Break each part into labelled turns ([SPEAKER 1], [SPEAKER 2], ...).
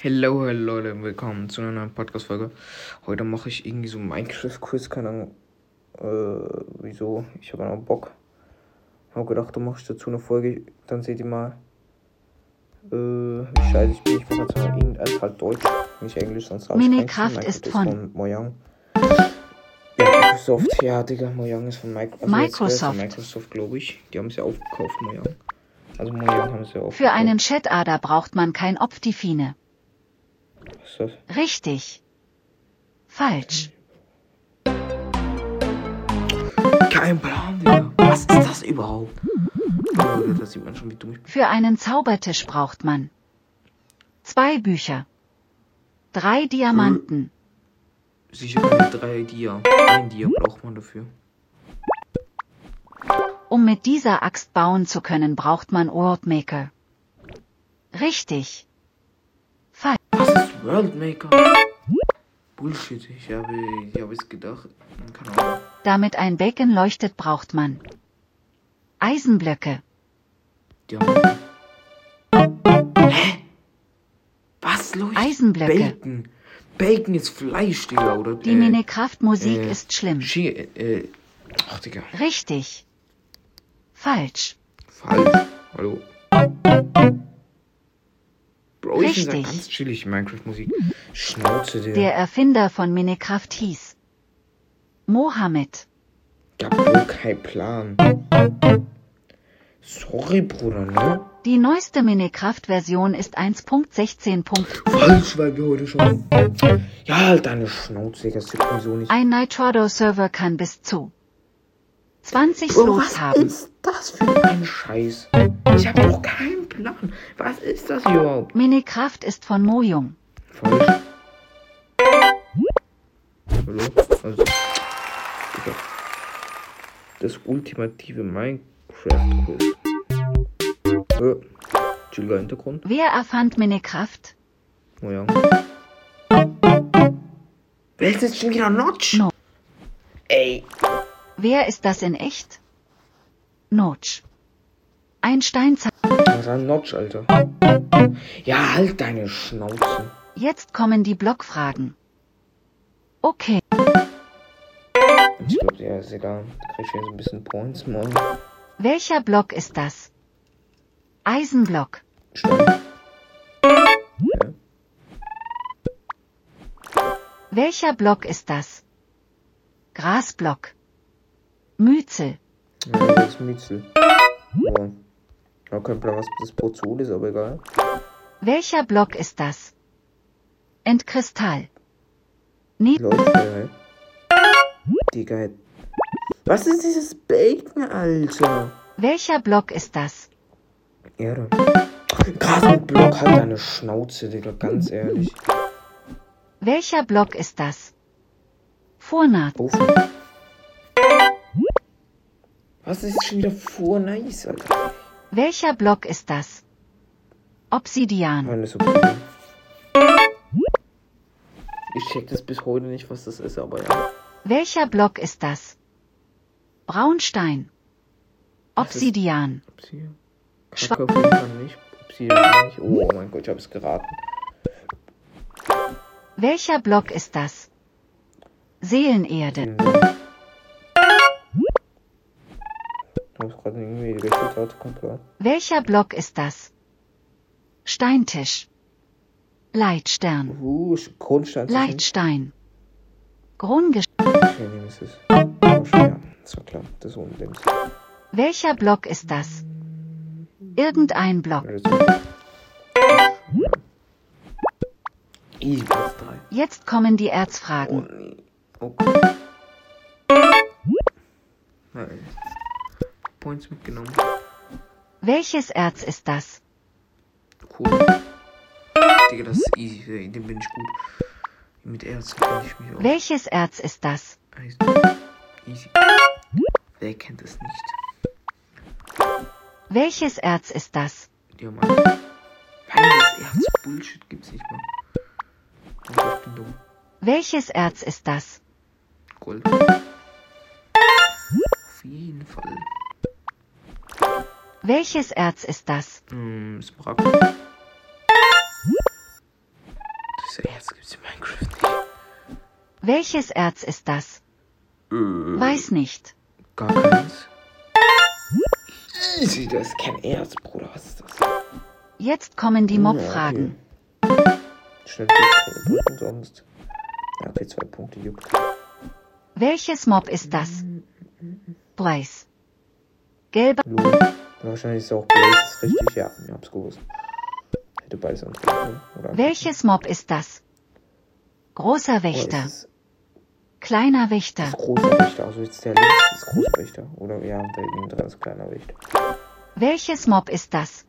[SPEAKER 1] Hello, hello Leute, willkommen zu einer neuen Podcast-Folge. Heute mache ich irgendwie so Minecraft-Quiz, keine Ahnung. Äh, wieso? Ich habe noch Bock. Hab gedacht, da mache ich dazu eine Folge, dann seht ihr mal. Äh, wie scheiße ich bin, ich mache jetzt mal irgendein halt Deutsch, nicht Englisch, sonst hab ich keinen
[SPEAKER 2] Mini
[SPEAKER 1] Sinn.
[SPEAKER 2] Kraft
[SPEAKER 1] Minecraft
[SPEAKER 2] ist von-
[SPEAKER 1] Mojang. Ja, Microsoft, ja, Digga, Mojang ist von Mic also jetzt gehört es
[SPEAKER 2] Microsoft.
[SPEAKER 1] Von Microsoft, glaube ich. Die haben es ja aufgekauft, Mojang. Also Mojang haben sie ja aufgekauft.
[SPEAKER 2] Für einen Chatader braucht man kein Optifine.
[SPEAKER 1] Was ist das?
[SPEAKER 2] Richtig. Falsch.
[SPEAKER 1] Kein Plan, Digga. Was ist das überhaupt? Oh, das sieht man schon, wie dumm ich bin.
[SPEAKER 2] Für einen Zaubertisch braucht man zwei Bücher, drei Diamanten,
[SPEAKER 1] Sicher keine drei Dia. Ein Dia braucht man dafür.
[SPEAKER 2] um mit dieser Axt bauen zu können, braucht man Worldmaker. Richtig. Falsch.
[SPEAKER 1] Was ist Worldmaker? Bullshit, ich habe, ich habe es gedacht. Keine Ahnung.
[SPEAKER 2] Damit ein Becken leuchtet, braucht man Eisenblöcke.
[SPEAKER 1] Diamanten. Hä? Was läuft?
[SPEAKER 2] Eisenblöcke.
[SPEAKER 1] Bacon. Bacon ist Fleisch, Digga, oder?
[SPEAKER 2] Die Minecraft-Musik
[SPEAKER 1] äh,
[SPEAKER 2] ist schlimm.
[SPEAKER 1] Schie, äh, ach, Digga.
[SPEAKER 2] Richtig. Falsch.
[SPEAKER 1] Falsch. Hallo. Bro, ich finde
[SPEAKER 2] Richtig.
[SPEAKER 1] ganz chillig Minecraft-Musik. Schnauze, Digga.
[SPEAKER 2] Der Erfinder von Minecraft hieß Mohammed.
[SPEAKER 1] Gab wohl keinen Plan. Sorry, Bruder, ne?
[SPEAKER 2] Die neueste Minecraft-Version ist 1.16.
[SPEAKER 1] Falsch, weil wir heute schon. Ja, halt deine Schnauze, Digga, das wird mir so nicht.
[SPEAKER 2] Ein Nitrado-Server kann bis zu 20
[SPEAKER 1] Bro,
[SPEAKER 2] Slots
[SPEAKER 1] Oh, was
[SPEAKER 2] haben.
[SPEAKER 1] ist das für ein Scheiß? Ich habe doch keinen Plan. Was ist das überhaupt?
[SPEAKER 2] Minecraft ist von Mojung.
[SPEAKER 1] Falsch. Hallo? Also. Digga. Das ultimative Minecraft-Quiz. Äh, chilliger Hintergrund.
[SPEAKER 2] Wer erfand Minecraft?
[SPEAKER 1] Oh ja. Willst du jetzt schon wieder Notch?
[SPEAKER 2] No.
[SPEAKER 1] Ey.
[SPEAKER 2] Wer ist das in echt? Notch. Ein Steinzeit.
[SPEAKER 1] Was war Notch, Alter? Ja, halt deine Schnauze.
[SPEAKER 2] Jetzt kommen die Blockfragen. Okay.
[SPEAKER 1] Ich glaub, ja, ist egal. Krieg ich jetzt ein bisschen Points, Mann.
[SPEAKER 2] Welcher Block ist das? Eisenblock.
[SPEAKER 1] Stimmt.
[SPEAKER 2] Welcher Block ist das? Grasblock. Mützel.
[SPEAKER 1] Ja, das ist Mützel. Ja. Ja, kein Plan, was das Pozol ist, aber egal.
[SPEAKER 2] Welcher Block ist das? Entkristall. Nie.
[SPEAKER 1] Läuft ja, ey. Digga. Was ist dieses Bacon, Alter?
[SPEAKER 2] Welcher Block ist das?
[SPEAKER 1] Erde. Gras mit Block halt deine Schnauze, Digga, ganz ehrlich.
[SPEAKER 2] Welcher Block ist das? Vornaht.
[SPEAKER 1] Ofen. Was ist schon wieder vor nice, Alter?
[SPEAKER 2] Welcher Block ist das? Obsidian.
[SPEAKER 1] Nein, ist okay. Ich check das bis heute nicht, was das ist, aber ja.
[SPEAKER 2] Welcher Block ist das? Braunstein.
[SPEAKER 1] Das ist-
[SPEAKER 2] Obsidian.
[SPEAKER 1] Ups, hier. Kacke auf jeden Fall nicht. Ups, hier nicht. Oh, mein Gott, ich hab's geraten.
[SPEAKER 2] Welcher Block ist das? Seelenerde.
[SPEAKER 1] Ich hab's gerade irgendwie richtig laut komplett.
[SPEAKER 2] Welcher Block ist das? Steintisch. Leitstern.
[SPEAKER 1] Uh, Grundstein.
[SPEAKER 2] Leitstein. Grundgesch.
[SPEAKER 1] Okay, nee, das ist. Oh, schon, ja. Das war klar. Das ist unten links.
[SPEAKER 2] Welcher Block ist das? Irgendein Block.
[SPEAKER 1] Oder so. Easy Platz 3.
[SPEAKER 2] Jetzt kommen die
[SPEAKER 1] Oh
[SPEAKER 2] Erzfragen.
[SPEAKER 1] nee. Okay. Nein. Points mitgenommen.
[SPEAKER 2] Welches Erz ist das?
[SPEAKER 1] Cool. Digga, das ist easy. Ey, Dem bin ich gut. Mit Ärzten kenne ich mich auch.
[SPEAKER 2] Welches Erz ist das?
[SPEAKER 1] Eis- Easy. Wer kennt das nicht?
[SPEAKER 2] Welches Erz ist das?
[SPEAKER 1] Diamant. Feines Erz. Bullshit gibt's nicht mal. Oh, ich bin dumm.
[SPEAKER 2] Welches Erz ist das?
[SPEAKER 1] Gold. Auf jeden Fall.
[SPEAKER 2] Welches Erz ist das?
[SPEAKER 1] Hm, Smaragd.
[SPEAKER 2] Welches Erz ist das? Weiß nicht.
[SPEAKER 1] Äh, Gar keins. Easy, das ist kein Erz, Bruder. Was ist das?
[SPEAKER 2] Jetzt kommen die
[SPEAKER 1] Ja, okay.
[SPEAKER 2] Mob-Fragen.
[SPEAKER 1] Schnell durchdrehen, und sonst. Ja, Okay, zwei Punkte juckt.
[SPEAKER 2] Welches Mob ist das? Blaze. Gelber.
[SPEAKER 1] Lul. Ja, wahrscheinlich ist auch Blaze ist richtig, ja. Ich hab's gewusst. Hätte beides antworten können. ne? oder?
[SPEAKER 2] Welches Mob ist das? Großer
[SPEAKER 1] Oder ist
[SPEAKER 2] Wächter.
[SPEAKER 1] es
[SPEAKER 2] Kleiner
[SPEAKER 1] Das
[SPEAKER 2] Wächter.
[SPEAKER 1] große Wächter, also jetzt der links ist Großwächter. Oder ja, der neben dran ist kleiner Wächter.
[SPEAKER 2] Welches Mob ist das?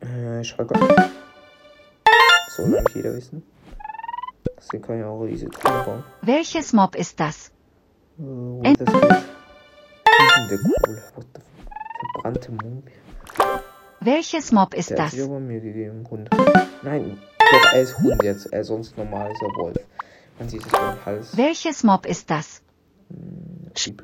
[SPEAKER 1] Äh, Schreck. Soll eigentlich jeder wissen. Das hier kann ja auch diese Truhe bauen.
[SPEAKER 2] Welches Mob ist das?
[SPEAKER 1] Äh, wo ist das Bild? Hinten der Kohle. What the fuck? Verbrannte Mumie.
[SPEAKER 2] Welches Mob ist
[SPEAKER 1] Der hat
[SPEAKER 2] das?
[SPEAKER 1] sich aber mir gegeben, Hund. Nein, doch, er ist Hund jetzt. Er ist sonst normal ist er Wolf. Man sieht es am Hals.
[SPEAKER 2] Welches Mob ist das?
[SPEAKER 1] Schieb.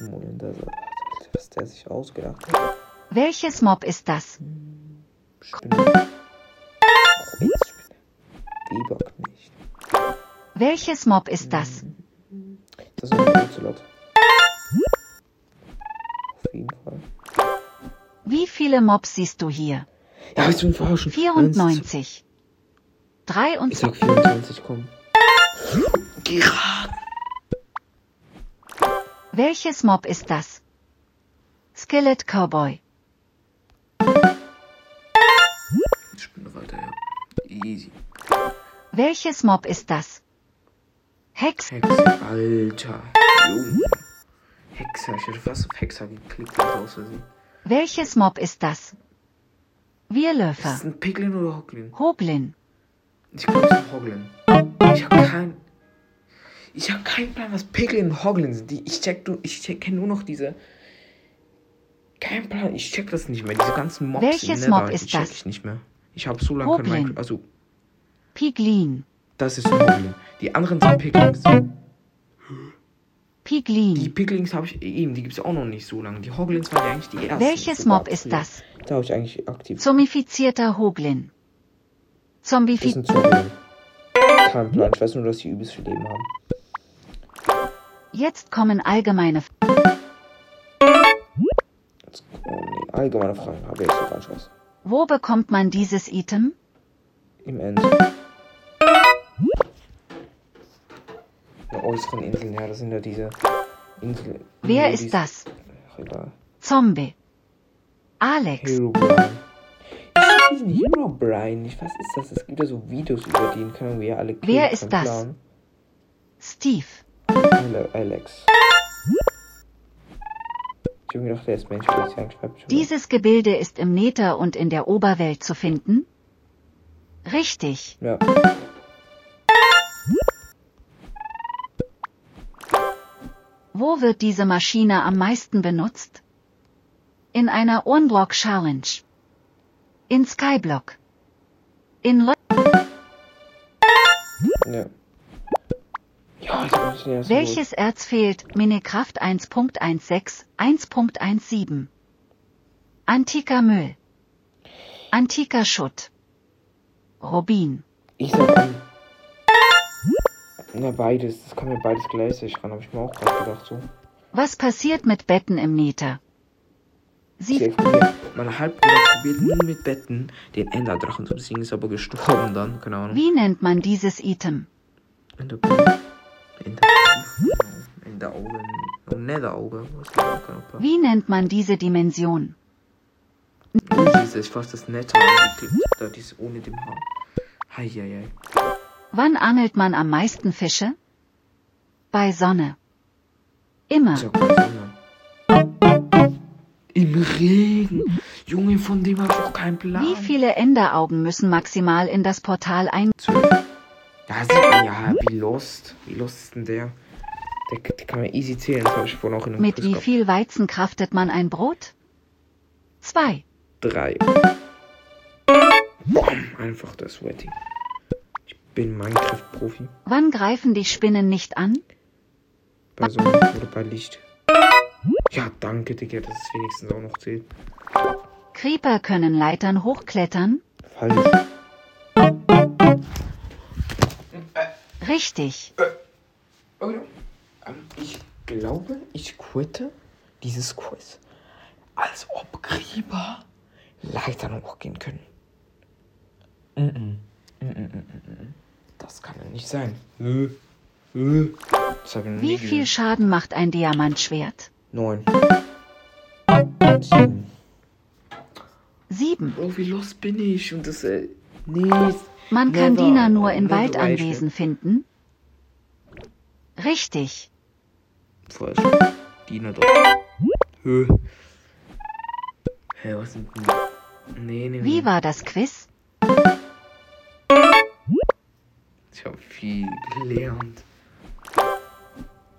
[SPEAKER 1] Moment, also, Alter, was der sich ausgedacht hat.
[SPEAKER 2] Welches Mob ist das?
[SPEAKER 1] Spinne. Kreuzspinne. Weberknecht.
[SPEAKER 2] Welches Mob ist das?
[SPEAKER 1] Das ist ein Ocelot. Auf jeden Fall.
[SPEAKER 2] Wie viele Mobs siehst du hier?
[SPEAKER 1] Ja, willst du mich verarschen?
[SPEAKER 2] 94.
[SPEAKER 1] Ich
[SPEAKER 2] 23.
[SPEAKER 1] sag 24, komm.
[SPEAKER 2] Welches Mob ist das? Skelet Cowboy.
[SPEAKER 1] Spinne weiter, ja. Easy.
[SPEAKER 2] Welches Mob ist das? Hex.
[SPEAKER 1] Hexe, Alter. Junge. Hexer, ich hätte fast auf Hexer geklickt, also aus Versehen.
[SPEAKER 2] Welches Mob ist das?
[SPEAKER 1] Ist
[SPEAKER 2] Wirlöfer.
[SPEAKER 1] das ein Piglin oder Hoglin?
[SPEAKER 2] Hoglin.
[SPEAKER 1] Ich glaube, es ist ein Hoglin. Ich hab kein. Ich hab keinen Plan, was Piglin und Hoglin sind. Die, ich check, du, ich check, kenn nur noch diese. Kein Plan, ich check das nicht mehr. Diese ganzen Mobs.
[SPEAKER 2] Welches
[SPEAKER 1] im Nether,
[SPEAKER 2] Mob ist
[SPEAKER 1] die check
[SPEAKER 2] das?
[SPEAKER 1] ich nicht mehr. Ich habe so lange kein
[SPEAKER 2] Hoglin.
[SPEAKER 1] Minecraft. Also,
[SPEAKER 2] Piglin.
[SPEAKER 1] das ist ein Hoglin. Die anderen sind Piglings. Die
[SPEAKER 2] Piglin.
[SPEAKER 1] Piglings habe ich eben, die gibt's auch noch nicht so lange. Die Hoglins waren ja eigentlich die ersten.
[SPEAKER 2] Welches
[SPEAKER 1] sogar
[SPEAKER 2] Mob ist
[SPEAKER 1] früher.
[SPEAKER 2] das?
[SPEAKER 1] Da habe ich eigentlich aktiv.
[SPEAKER 2] Zombifizierter Hoglin.
[SPEAKER 1] Das
[SPEAKER 2] Zombifi.
[SPEAKER 1] sind Zombie. Kein Plan, ich weiß nur, dass die übelst viel Leben haben.
[SPEAKER 2] Jetzt kommen allgemeine. F-
[SPEAKER 1] Jetzt, oh nee, allgemeine Fragen habe ich jetzt noch gar nicht raus.
[SPEAKER 2] Wo bekommt man dieses Item?
[SPEAKER 1] Im End. Der äußeren Inseln, ja, das sind ja diese Inseln.
[SPEAKER 2] Wer
[SPEAKER 1] Nur
[SPEAKER 2] ist
[SPEAKER 1] dies-
[SPEAKER 2] das?
[SPEAKER 1] Ach, egal.
[SPEAKER 2] Zombie. Alex.
[SPEAKER 1] Herobrine. Ich hab diesen Herobrine nicht. Was ist das? Es gibt ja so Videos über den, keine Ahnung, wie er alle killt,
[SPEAKER 2] Wer ist
[SPEAKER 1] kein
[SPEAKER 2] das?
[SPEAKER 1] Plan.
[SPEAKER 2] Steve.
[SPEAKER 1] Ale- Alex. Ich hab mir gedacht, der ist Mensch, der ist ja eigentlich weiblich, oder?
[SPEAKER 2] Dieses Gebilde ist im Nether und in der Oberwelt zu finden? Richtig.
[SPEAKER 1] Ja.
[SPEAKER 2] Wo wird diese Maschine am meisten benutzt? In einer Unblock Challenge. In Skyblock. In Lo
[SPEAKER 1] Ja. Ja, ich hab nicht den ersten
[SPEAKER 2] Welches Erz fehlt? Minecraft 1.16, 1.17. Antiker Müll. Antiker Schutt. Rubin.
[SPEAKER 1] Ich sag an. Na, beides. Das kam mir beides gleichzeitig ran. Hab ich mir auch gerade gedacht. So.
[SPEAKER 2] Was passiert mit Betten im Nether?
[SPEAKER 1] Ich
[SPEAKER 2] Sie
[SPEAKER 1] explodiere. Mein Halbbruder probiert nun mit Betten den Enderdrachen zu besiegen, ist aber gestorben dann. Keine Ahnung.
[SPEAKER 2] Wie nennt man dieses Item?
[SPEAKER 1] Enderauge. Enderauge. Oh, Netherauge. Was ist das? Keine Ahnung.
[SPEAKER 2] Wie nennt man diese Dimension?
[SPEAKER 1] Oh, Jesus, ich fass das Netter angeklickt. Da, die ist ohne dem Haar. Heieiei.
[SPEAKER 2] Ah. Wann angelt man am meisten Fische? Bei Sonne. Immer.
[SPEAKER 1] Ich sag mal, Sonne. Im Regen. Junge, von dem hab ich auch keinen Plan.
[SPEAKER 2] Wie viele Enderaugen müssen maximal in das Portal ein?
[SPEAKER 1] Da sieht man ja, wie lost. Wie lost ist denn der? Der, der kann man easy zählen, das habe ich vorhin auch in einem
[SPEAKER 2] Mit
[SPEAKER 1] Quiz
[SPEAKER 2] wie
[SPEAKER 1] gehabt.
[SPEAKER 2] viel Weizen kraftet man ein Brot? Zwei.
[SPEAKER 1] Drei. Bam, einfach das Wetting. Ich bin Minecraft-Profi.
[SPEAKER 2] Wann greifen die Spinnen nicht an?
[SPEAKER 1] Bei Sonne oder bei Licht. Ja, danke, Digga, dass es wenigstens auch noch zählt.
[SPEAKER 2] Creeper können Leitern hochklettern?
[SPEAKER 1] Falsch.
[SPEAKER 2] Richtig.
[SPEAKER 1] Äh, Okay. Ähm, ich glaube, ich quitte dieses Quiz. Als ob Grieber Leitern hochgehen können. Mhm. Mhm, mhm, mhm, mhm. Das kann ja nicht sein. Nö. Nö. Das habe ich noch nie
[SPEAKER 2] Wie viel
[SPEAKER 1] gesehen.
[SPEAKER 2] Schaden macht ein Diamantschwert?
[SPEAKER 1] Neun. Sieben.
[SPEAKER 2] 7.
[SPEAKER 1] Oh, wie los bin ich? Und das, äh, nee.
[SPEAKER 2] Man kann
[SPEAKER 1] never,
[SPEAKER 2] Diener nur in
[SPEAKER 1] never
[SPEAKER 2] Waldanwesen finden. Richtig.
[SPEAKER 1] Falsch. Diener dort. Hö. Hä, was sind denn? Nee, nee, nee.
[SPEAKER 2] Wie war das Quiz?
[SPEAKER 1] Ich hab viel gelernt.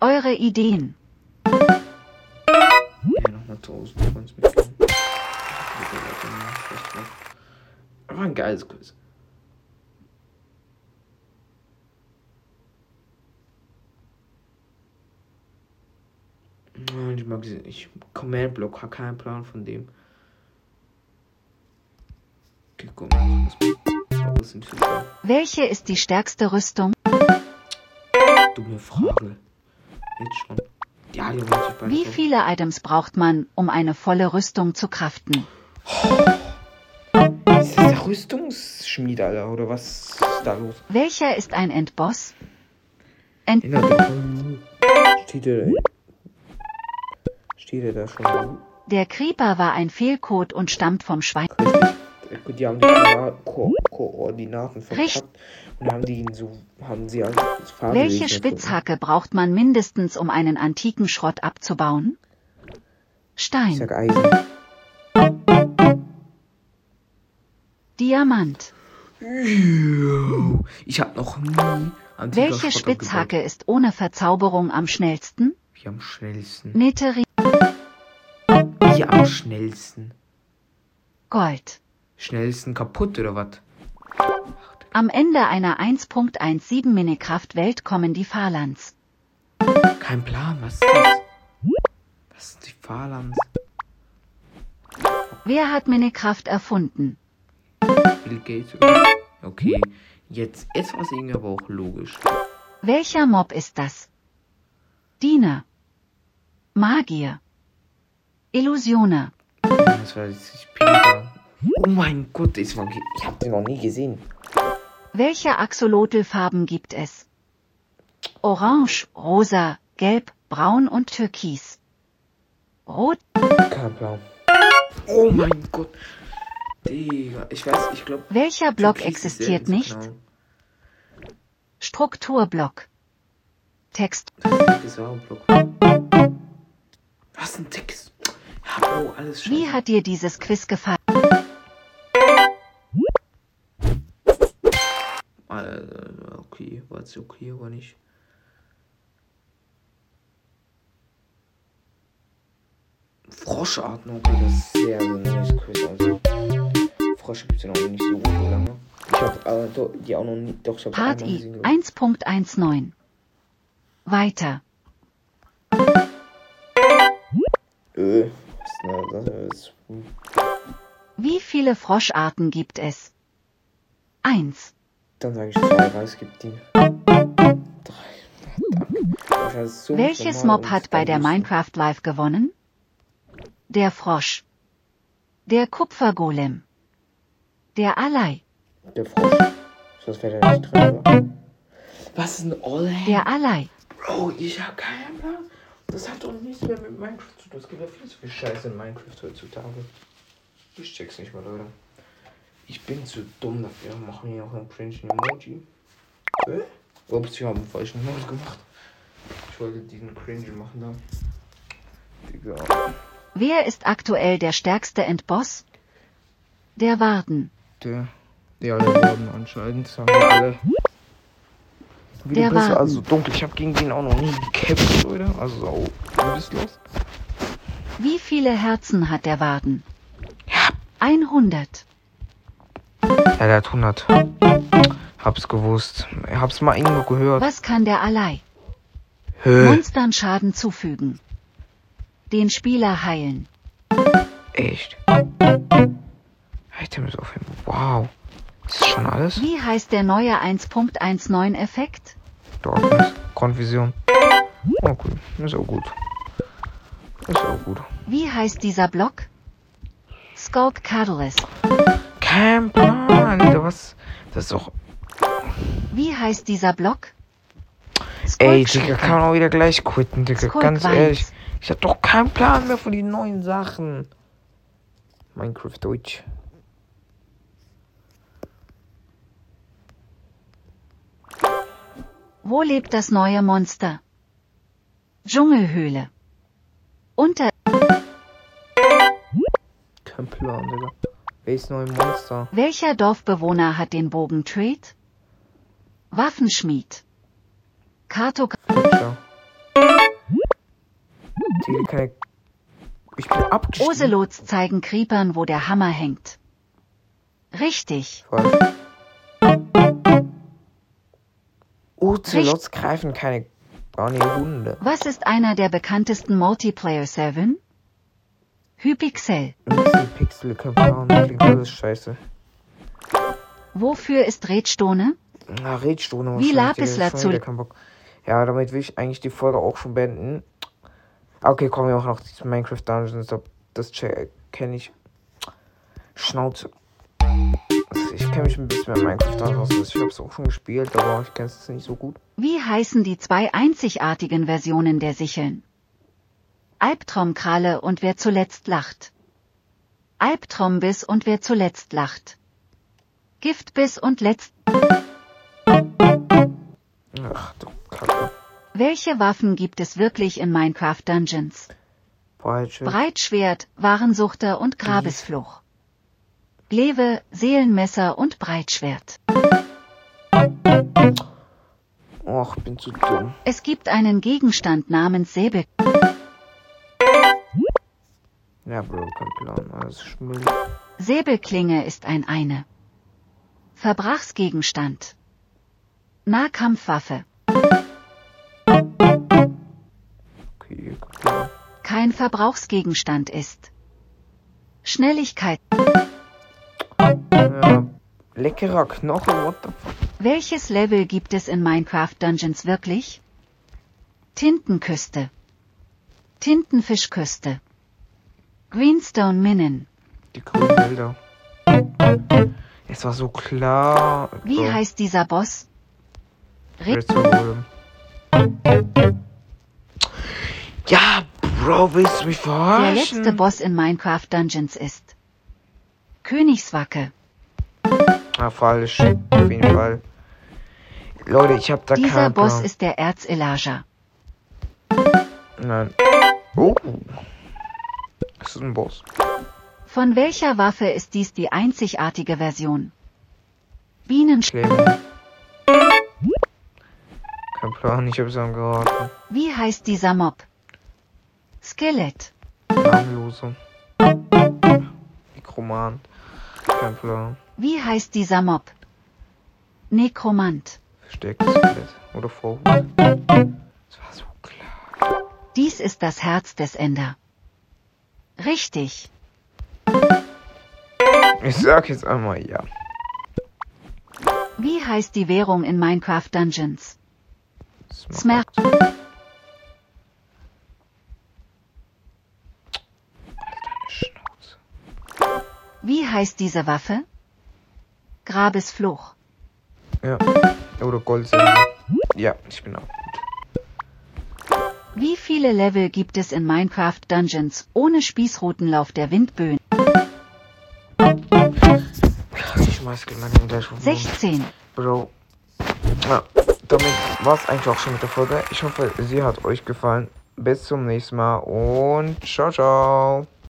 [SPEAKER 2] Eure Ideen.
[SPEAKER 1] Ja, nochmal 1000 Coins mitgenommen. Bitte, Leute, mal schlecht drauf. War ein geiles Quiz. Ah, Ich mag diese. Ich. Command Block, hab keinen Plan von dem. Okay, komm, das das sind viele.
[SPEAKER 2] Welche ist die stärkste Rüstung?
[SPEAKER 1] Dumme Frage. Jetzt schon. Ja, die wollte ich bald
[SPEAKER 2] Wie
[SPEAKER 1] schon.
[SPEAKER 2] viele Items braucht man, um eine volle Rüstung zu kraften?
[SPEAKER 1] Ist das der Rüstungsschmied, Alter, oder was ist da los?
[SPEAKER 2] Welcher ist ein Endboss? End
[SPEAKER 1] In der Dachung steht er da. Steht er da schon?
[SPEAKER 2] der Creeper war ein Fehlcode und stammt vom Schwein.
[SPEAKER 1] Richtig. Die haben die Koordina- Ko Koordinaten
[SPEAKER 2] Richt-
[SPEAKER 1] verpackt und haben die ihn so, haben sie als Farbe
[SPEAKER 2] Welche Spitzhacke braucht man mindestens, um einen antiken Schrott abzubauen?
[SPEAKER 1] Ich
[SPEAKER 2] Stein,
[SPEAKER 1] sag Eisen.
[SPEAKER 2] Diamant.
[SPEAKER 1] Yo, Ich hab noch nie an
[SPEAKER 2] Welche Spitzhacke ist ohne Verzauberung am schnellsten?
[SPEAKER 1] Wie am schnellsten.
[SPEAKER 2] Netherin,
[SPEAKER 1] Wie am schnellsten.
[SPEAKER 2] Gold.
[SPEAKER 1] Schnellsten kaputt oder was?
[SPEAKER 2] Am Ende einer 1.17 Minikraft-Welt kommen die Phalanx.
[SPEAKER 1] Kein Plan, was ist das? Was sind die Phalanx?
[SPEAKER 2] Wer hat Minikraft erfunden?
[SPEAKER 1] Bill Gates oder? Okay, jetzt, jetzt war es irgendwie aber auch logisch.
[SPEAKER 2] Welcher Mob ist das? Diener. Magier. Illusioner.
[SPEAKER 1] Das war jetzt nicht Peter. Oh mein Gott, ich, war, ge- ich hab den noch nie gesehen.
[SPEAKER 2] Welche Axolotl-Farben gibt es? Orange, rosa, gelb, braun und türkis. Rot,
[SPEAKER 1] Kein Plan. Oh mein Gott. Digga, ich weiß, ich glaube.
[SPEAKER 2] welcher Block existiert nicht?
[SPEAKER 1] Genau.
[SPEAKER 2] Strukturblock. Text,
[SPEAKER 1] Das ist ein Block. Was ein Text? Ja, Bro, alles scheiße.
[SPEAKER 2] wie hat dir dieses Quiz gefallen?
[SPEAKER 1] Äh, okay, war es okay, aber nicht. Froscharten, okay, das ist sehr nice Quiz. Also, Frosche gibt es ja noch nicht so gut so lange. Ich habe aber do, die auch noch nie, doch, ich habe
[SPEAKER 2] Part I 1.19. Weiter.
[SPEAKER 1] Äh, was ist denn das? das?
[SPEAKER 2] Wie viele Froscharten gibt es? 1.
[SPEAKER 1] Dann sage ich zwei, weil es gibt die. Drei. Verdammt. Das ist so
[SPEAKER 2] Welches
[SPEAKER 1] normal
[SPEAKER 2] Mob
[SPEAKER 1] und
[SPEAKER 2] hat bei der
[SPEAKER 1] dann-
[SPEAKER 2] Minecraft Live gewonnen? Der Frosch. Der Kupfergolem. Der Alai.
[SPEAKER 1] Der Frosch. Sonst wäre der nicht drin. Oder? Was ist ein All-Hand?
[SPEAKER 2] Der Alai.
[SPEAKER 1] Bro, Oh, ich hab keinen Plan. Das hat doch nichts mehr mit Minecraft zu tun. Es gibt ja viel zu viel Scheiße in Minecraft heutzutage. Ich check's nicht mal, Leute. Ich bin zu dumm dafür. Machen wir auch einen cringe Emoji. Hä? Ups, wir haben einen falschen Emoji gemacht. Ich wollte diesen cringe machen da. Digga.
[SPEAKER 2] Wer ist aktuell der stärkste Endboss? Der Warden.
[SPEAKER 1] Der. Ja, der Warden anscheinend. Das haben wir alle. Wie
[SPEAKER 2] Der
[SPEAKER 1] du bist,
[SPEAKER 2] Warden.
[SPEAKER 1] also dunkel. Ich hab gegen den auch noch nie gekämpft, Leute. Also, au, du bist los.
[SPEAKER 2] Wie viele Herzen hat der Warden? 100.
[SPEAKER 1] Ja, der hat 100. Hab's gewusst. Hab's mal irgendwo gehört.
[SPEAKER 2] Was kann der Alai?
[SPEAKER 1] Hä?
[SPEAKER 2] Monstern Schaden zufügen. Den Spieler heilen.
[SPEAKER 1] Echt? Item ist auf jeden Wow. Ist das schon alles?
[SPEAKER 2] Wie heißt der neue 1.19 Effekt?
[SPEAKER 1] Darkness. Konvision. Okay, Oh, ist auch gut. Ist auch gut.
[SPEAKER 2] Wie heißt dieser Block? Scope Catalyst.
[SPEAKER 1] Kein Plan, Alter, was? Das ist doch.
[SPEAKER 2] Wie heißt dieser Block?
[SPEAKER 1] Ey,
[SPEAKER 2] Skulk-
[SPEAKER 1] Digga, kann man auch wieder gleich quitten, Digga.
[SPEAKER 2] Skulk
[SPEAKER 1] Ganz
[SPEAKER 2] weiß.
[SPEAKER 1] ehrlich. Ich hab doch keinen Plan mehr von den neuen Sachen. Minecraft Deutsch.
[SPEAKER 2] Wo lebt das neue Monster? Dschungelhöhle. Unter
[SPEAKER 1] Kein Plan, Digga. Welches neue Monster?
[SPEAKER 2] welcher Dorfbewohner hat den Bogen Treat? Waffenschmied. Kartok
[SPEAKER 1] Tja. Digga, keine. Ich bin abgestiegen.
[SPEAKER 2] Oselots zeigen Creepern, wo der Hammer hängt. Richtig.
[SPEAKER 1] Voll. Ocelots greifen keine braune Hunde.
[SPEAKER 2] Was ist einer der bekanntesten Multiplayer-Seven? Hypixel.
[SPEAKER 1] Pixel, Pixel, kein Plan. Klingt alles scheiße.
[SPEAKER 2] Wofür ist Redstone?
[SPEAKER 1] Na, Redstone wahrscheinlich,
[SPEAKER 2] Wie
[SPEAKER 1] Digga,
[SPEAKER 2] Lapis
[SPEAKER 1] schon wieder keinen Bock. Ja, damit will ich eigentlich die Folge auch schon beenden. Ah, Okay, komm, wir machen noch dieses Minecraft Dungeons. Up. Das kenne ich. Schnauze. Also, Ich kenne mich ein bisschen mit Minecraft Dungeons. aus. also Ich habe es auch schon gespielt, aber ich kenne es nicht so gut.
[SPEAKER 2] Wie heißen die zwei einzigartigen Versionen der Sicheln? Albtraumkralle und wer zuletzt lacht. Albtraumbiss und wer zuletzt lacht. Giftbiss und letzt.
[SPEAKER 1] Ach du Kacke.
[SPEAKER 2] Welche Waffen gibt es wirklich in Minecraft Dungeons?
[SPEAKER 1] Breitschild.
[SPEAKER 2] Breitschwert, Warensuchter und Grabesfluch. Glewe, Seelenmesser und Breitschwert.
[SPEAKER 1] Och, ich bin zu dumm.
[SPEAKER 2] Es gibt einen Gegenstand namens Säbel.
[SPEAKER 1] Ja, Bro, kein Plan. Alles Schmüll.
[SPEAKER 2] Säbelklinge ist ein eine. Verbrauchsgegenstand. Nahkampfwaffe.
[SPEAKER 1] Okay, kein Plan.
[SPEAKER 2] Kein Verbrauchsgegenstand ist. Schnelligkeit.
[SPEAKER 1] Ja, leckerer Knochen, what the fuck?
[SPEAKER 2] Welches Level gibt es in Minecraft Dungeons wirklich? Tintenküste. Tintenfischküste. Greenstone Minen.
[SPEAKER 1] Die grünen Bilder. Es war so klar.
[SPEAKER 2] Wie
[SPEAKER 1] Bro.
[SPEAKER 2] heißt dieser Boss? Re
[SPEAKER 1] Red Bull Golem. Ja, Bro, willst du mich
[SPEAKER 2] Der
[SPEAKER 1] verarschen?
[SPEAKER 2] letzte Boss in Minecraft Dungeons ist. Königswacke.
[SPEAKER 1] ah, falsch. Auf jeden Fall. Leute, ich hab da
[SPEAKER 2] Dieser
[SPEAKER 1] keinen
[SPEAKER 2] Boss
[SPEAKER 1] Plan.
[SPEAKER 2] ist der Erzelager.
[SPEAKER 1] Nein. Oh. Das ist ein Boss.
[SPEAKER 2] Von welcher Waffe ist dies die einzigartige Version? Bienensch.
[SPEAKER 1] Schläger. Kein Plan, ich hab's angeraten.
[SPEAKER 2] Wie heißt dieser Mob? Skelett.
[SPEAKER 1] Namenlose. Mikroman. Kein Plan.
[SPEAKER 2] Wie heißt dieser Mob? Nekromant.
[SPEAKER 1] Verstecktes Skelett. Oder Vorhut. Das war so klar.
[SPEAKER 2] Dies ist das Herz des Ender. Richtig.
[SPEAKER 1] Ich sag jetzt einmal ja.
[SPEAKER 2] Wie heißt die Währung in Minecraft Dungeons? Smerch.
[SPEAKER 1] Schnauze.
[SPEAKER 2] Wie heißt diese Waffe? Grabesfluch.
[SPEAKER 1] Ja. Oder Goldsänger. Ja, ich bin auch gut.
[SPEAKER 2] Wie viele Level gibt es in Minecraft Dungeons ohne Spießrutenlauf der Windböen?
[SPEAKER 1] Ich schmeiß gleich meine Mutter schon.
[SPEAKER 2] 16.
[SPEAKER 1] Bro. Ja, damit war's eigentlich auch schon mit der Folge. Ich hoffe, sie hat euch gefallen. Bis zum nächsten Mal und ciao, ciao.